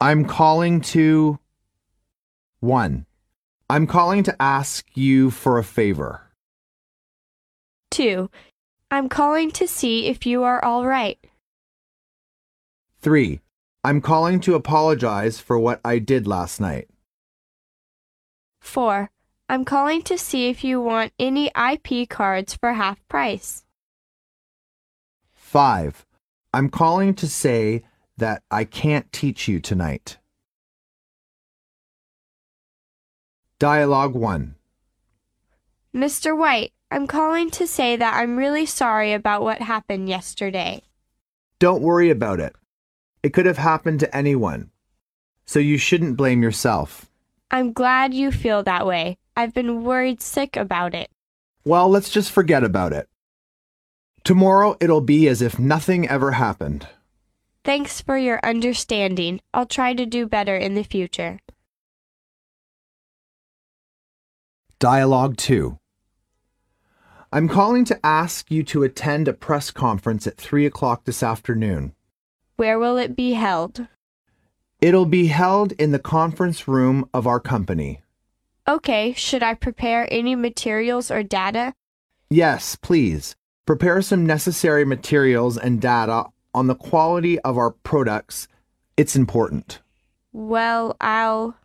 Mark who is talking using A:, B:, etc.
A: I'm calling to. One. I'm calling to ask you for a favor.
B: 2. I'm calling to see if you are all right.
A: Three. I'm calling to apologize for what I did last night.
B: 4. I'm calling to see if you want any IP cards for half price.
A: Five. I'm calling to say that I can't teach you tonight. Dialogue 1.
B: Mr. White, I'm calling to say that I'm really sorry about what happened yesterday.
A: Don't worry about it. It could have happened to anyone. So you shouldn't blame yourself.
B: I'm glad you feel that way. I've been worried sick about it.
A: Well, let's just forget about it. Tomorrow it'll be as if nothing ever happened.
B: Thanks for your understanding. I'll try to do better in the future.
A: Dialogue 2. I'm calling to ask you to attend a press conference at 3 o'clock this afternoon.
B: Where will it be held?
A: It'll be held in the conference room of our company.
B: Okay, should I prepare any materials or data?
A: Yes, please. Prepare some necessary materials and data on the quality of our products. It's important.
B: Well, I'll.